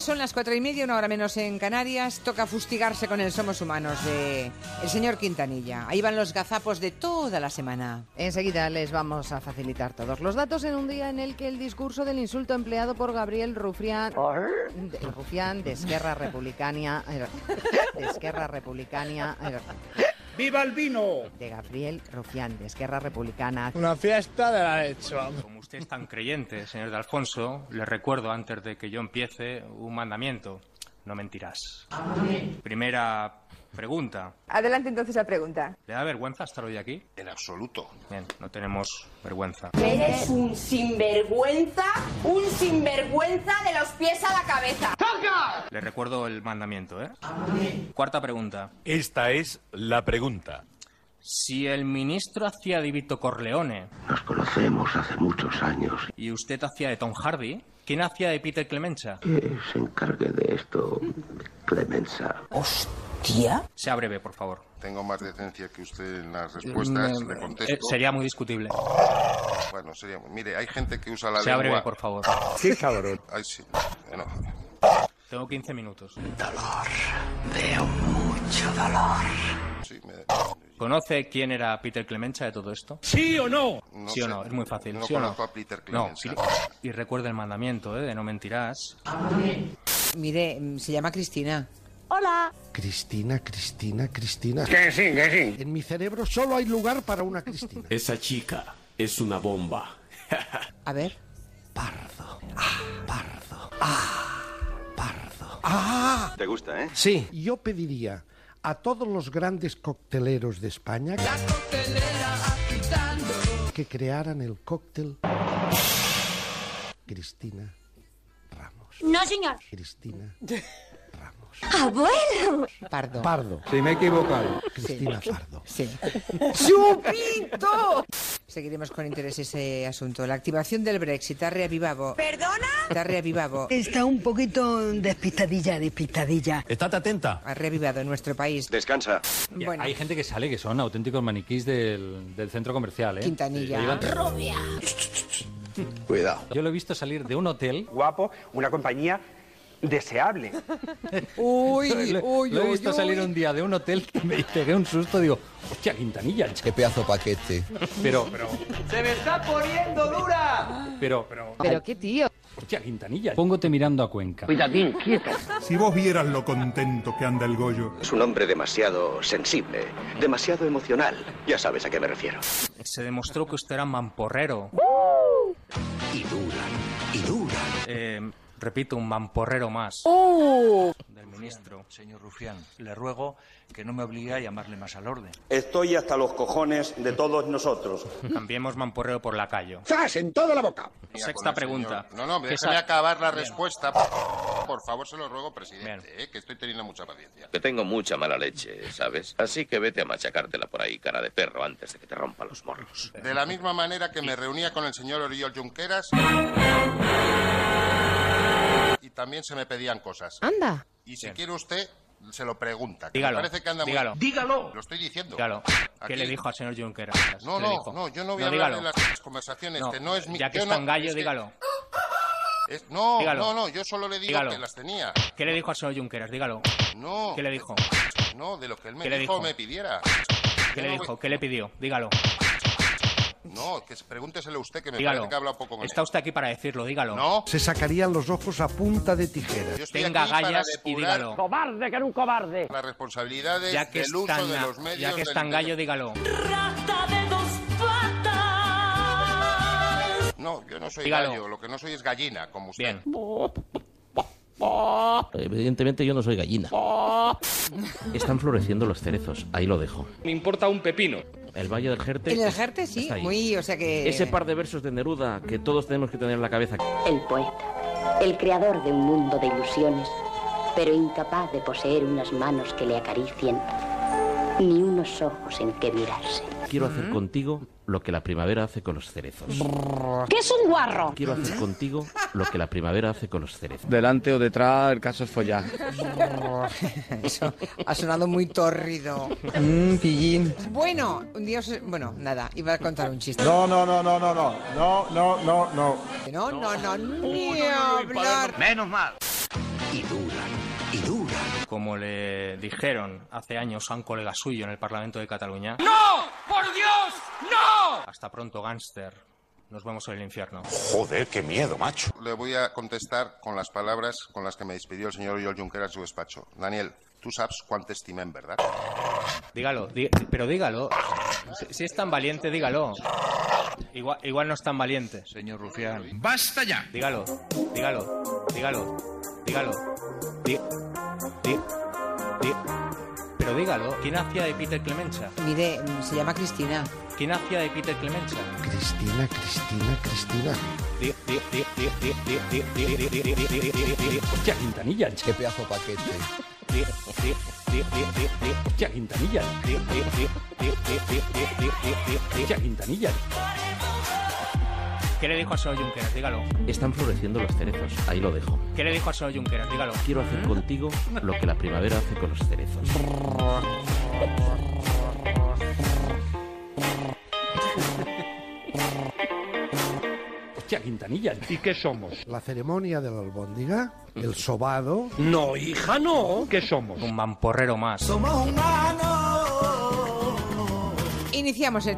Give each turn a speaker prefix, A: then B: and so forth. A: son las cuatro y media, una hora menos en Canarias. Toca fustigarse con el Somos Humanos de el señor Quintanilla. Ahí van los gazapos de toda la semana.
B: Enseguida les vamos a facilitar todos los datos en un día en el que el discurso del insulto empleado por Gabriel Rufián, de, Rufián de Esquerra Republicana, de Esquerra Republicana,
C: ¡Viva el vino!
B: de Gabriel Rufián de Esquerra Republicana,
D: Una fiesta de la hecha.
E: Como usted es tan creyente, señor de Alfonso, le recuerdo antes de que yo empiece un mandamiento. No mentirás. Primera pregunta.
F: Adelante entonces la pregunta.
E: ¿Le da vergüenza estar hoy aquí?
G: En absoluto.
E: Bien, no tenemos vergüenza.
H: Eres un sinvergüenza, un sinvergüenza de los pies a la cabeza.
E: Le recuerdo el mandamiento, ¿eh? Cuarta pregunta.
I: Esta es la pregunta.
E: Si el ministro hacía de Vito Corleone
J: Nos conocemos hace muchos años.
E: y usted hacía de Tom Hardy, ¿quién hacía de Peter Clemenza?
J: Que se encargue de esto, Clemenza.
H: ¿Hostia?
E: Sea breve, por favor.
G: Tengo más decencia que usted en las respuestas. Le contesto.
E: Eh, sería muy discutible.
G: Ah, Bueno, sería. Mire, hay gente que usa la
E: Sea breve,
G: lengua.
E: por favor.
C: ¡Qué cabrón!
G: Ay, sí. Bueno,
E: Tengo 15 minutos.
G: sí, me-
E: ¿Conoce quién era Peter Clemenza de todo esto?
C: ¿Sí o no?
G: no
E: sí o
G: sé.
E: no, es muy fácil.
G: No
E: ¿sí o no?
G: conozco a Peter
E: No,
G: Clemenza.
E: Pili- y recuerda el mandamiento, ¿eh? De no mentirás.
A: Mire, mm, se llama Cristina.
K: Cristina, Cristina, Cristina. En mi cerebro solo hay lugar para una Cristina.
I: Esa chica es una bomba.
A: A ver.
K: Pardo. Ah, pardo. Ah, pardo. Ah.
I: ¿Te gusta, eh?
K: Sí. Yo pediría a todos los grandes cocteleros de España que crearan el cóctel Cristina Ramos.
H: No, señor.
K: Cristina Ramos.
H: Abuelo.
A: Pardo.
K: Pardo.
C: Si me he equivocado.
K: Cristina Pardo.
A: Sí. ¡Chupito! Seguiremos con interés ese asunto. La activación del Brexit ha reavivado.
H: ¿Perdona?
A: Ha reavivado.
F: Está un poquito despistadilla, despistadilla.
I: Estate atenta.
A: Ha reavivado en nuestro país.
G: Descansa.
A: Bueno,
L: Hay gente que sale que son auténticos maniquís del, del centro comercial, ¿eh?
A: Quintanilla.
I: Cuidado.
L: Yo lo he visto salir de un hotel.
C: Guapo, una compañía deseable.
A: Uy, uy,
L: Lo,
A: uy.
L: lo he visto
A: uy.
L: salir un día de un hotel que me pegué un susto. Digo, hostia, Quintanilla. che".
K: Qué pedazo paquete.
L: Pero, pero,
C: ¡Se me está poniendo dura!
L: pero, pero,
B: pero qué tío.
L: hostia, Quintanilla. Póngote mirando a Cuenca.
I: Si vos vieras lo contento que anda el Goyo.
J: Es un hombre demasiado sensible, demasiado emocional. Ya sabes a qué me refiero.
E: Se demostró que usted era mamporrero.
J: Y dura, y dura.
E: Eh, repito, un mamporrero más. Del ministro.
I: Señor Rufián, le ruego que no me obligue a llamarle más al orden.
C: Estoy hasta los cojones de todos nosotros.
E: Cambiemos mamporrero por lacayo.
C: ¡Zas! En toda la boca.
E: Sexta pregunta.
G: No, no,
E: ¿Qué
G: déjeme
E: sa-
G: acabar la respuesta. Por favor, se lo ruego, presidente,
E: Bien.
G: eh, que estoy teniendo mucha paciencia.
J: Que tengo mucha mala leche, ¿sabes? Así que vete a machacártela por ahí, cara de perro, antes de que te rompa los morros.
G: De la misma manera que me reunía con el señor Oriol Junqueras. Y también se me pedían cosas.
B: Anda.
G: Y si quiere usted, se lo pregunta. que me
E: Dígalo.
G: Parece que anda muy-
E: dígalo.
G: Lo estoy diciendo.
E: dígalo.
G: Aquí-
E: ¿Qué le dijo al señor Juncker?
G: No,
E: ¿Qué le
G: no,
E: dijo?
G: no, yo no voy a hablar
E: dígalo.
G: de las conversaciones. que no es mi,
E: ya que
G: yo
E: está
G: no-
E: en gallo,
G: es que-
E: dígalo.
G: es- no,
E: Dígalo.
G: no, no, yo solo le digo
E: Dígalo.
G: que las tenía.
E: ¿Qué le dijo al señor Junqueras? Dígalo.
G: No,
E: ¿Qué le dijo?
G: no, de lo que él me
E: ¿Qué le
G: dijo,
E: dijo?
G: me pidiera.
E: ¿Qué
G: Yo
E: le
G: no
E: dijo?
G: voy-
E: ¿Qué le pidió? Dígalo.
G: No, que se- pregúnteselo usted, que me
E: Dígalo.
G: parece que ha hablado poco con él.
E: Está usted aquí para decirlo, dígalo.
G: No,
K: Se sacarían los ojos a punta de tijera.
G: yo estoy
E: Tenga
G: aquí para
E: gallas y
G: depurar
E: dígalo.
C: ¡Cobarde que era un cobarde!
G: Las responsabilidades
E: Ya que
G: del uso
E: están,
G: de los medios.
E: ya que
G: del
E: están gallo,
G: interior.
E: dígalo.
H: Rata de dos patas.
G: No, yo no soy
E: Dígalo.
G: gallo, lo que no soy es gallina, como usted.
E: Bien.
J: Ah, Evidentemente yo no soy gallina. Están floreciendo los cerezos, ahí lo dejo.
I: Ah. Me importa un pepino.
J: El Valle del Jerte.
A: En el Jerte sí,
J: está ahí.
A: muy, o sea que...
J: Ese par de versos de Neruda que todos tenemos que tener en la cabeza.
H: El poeta, el creador de un mundo de ilusiones, pero incapaz de poseer unas manos que le acaricien ni unos ojos en que mirarse.
J: Quiero hacer contigo lo que la primavera hace con los cerezos.
H: ¿Qué es un guarro?
J: Quiero hacer contigo lo que la primavera hace con los cerezos.
C: Delante o detrás, el caso es follar.
A: Eso ha sonado muy tórrido.
C: Mmm, pillín.
A: Bueno, un día os- Bueno, nada, iba a contar un chiste.
D: No, no, no, no, no, no. No, no, no, no.
A: No, no, no, ni hablar.
C: Menos mal.
J: Y
E: dura y dura. Como le dijeron hace años a un colega suyo en el Parlamento de Cataluña.
M: ¡No! ¡Por Dios! ¡No!
E: Hasta pronto, gángster. Nos vemos en el infierno.
G: Joder, qué miedo, macho. Le voy a contestar con las palabras con las que me despidió el señor Oriol Juncker en su despacho. Daniel, tú sabes cuánto estimem, ¿verdad?
E: Dígalo, di- pero dígalo. Si, si es tan valiente, dígalo. Igual, igual no es tan valiente. Señor Rufián. ¡Basta ya! Dígalo, dígalo, dígalo, dígalo. Di- di- di- pero dígalo. ¿Quién hacía de Peter Clemencha?
A: Mire, mm, se llama Cristina.
E: ¿Quién hacía de Peter Clemencha?
K: Cristina, Cristina, Cristina.
E: Di- di- di- di- di- di- di- di- di- di- di- di- di- di- di-
L: Hostia, Quintanilla, qué pedazo paquete.
E: di- di- di- di- di- di-
L: Hostia, Quintanilla.
E: di- di- di- di- di- di- di- di- di- di- di-
L: Hostia, Quintanilla.
E: ¿Qué le dijo al señor Junqueras? Dígalo.
N: Están floreciendo los cerezos, ahí lo dejo.
E: ¿Qué le dijo al señor Junqueras? Dígalo.
N: Quiero hacer contigo lo que la primavera hace con los cerezos.
L: Hostia, Quintanilla. ¿Y qué somos?
K: La ceremonia de la albóndiga, el sobado.
L: No, hija, no. ¿Qué somos?
E: Un mamporrero más.
A: Iniciamos el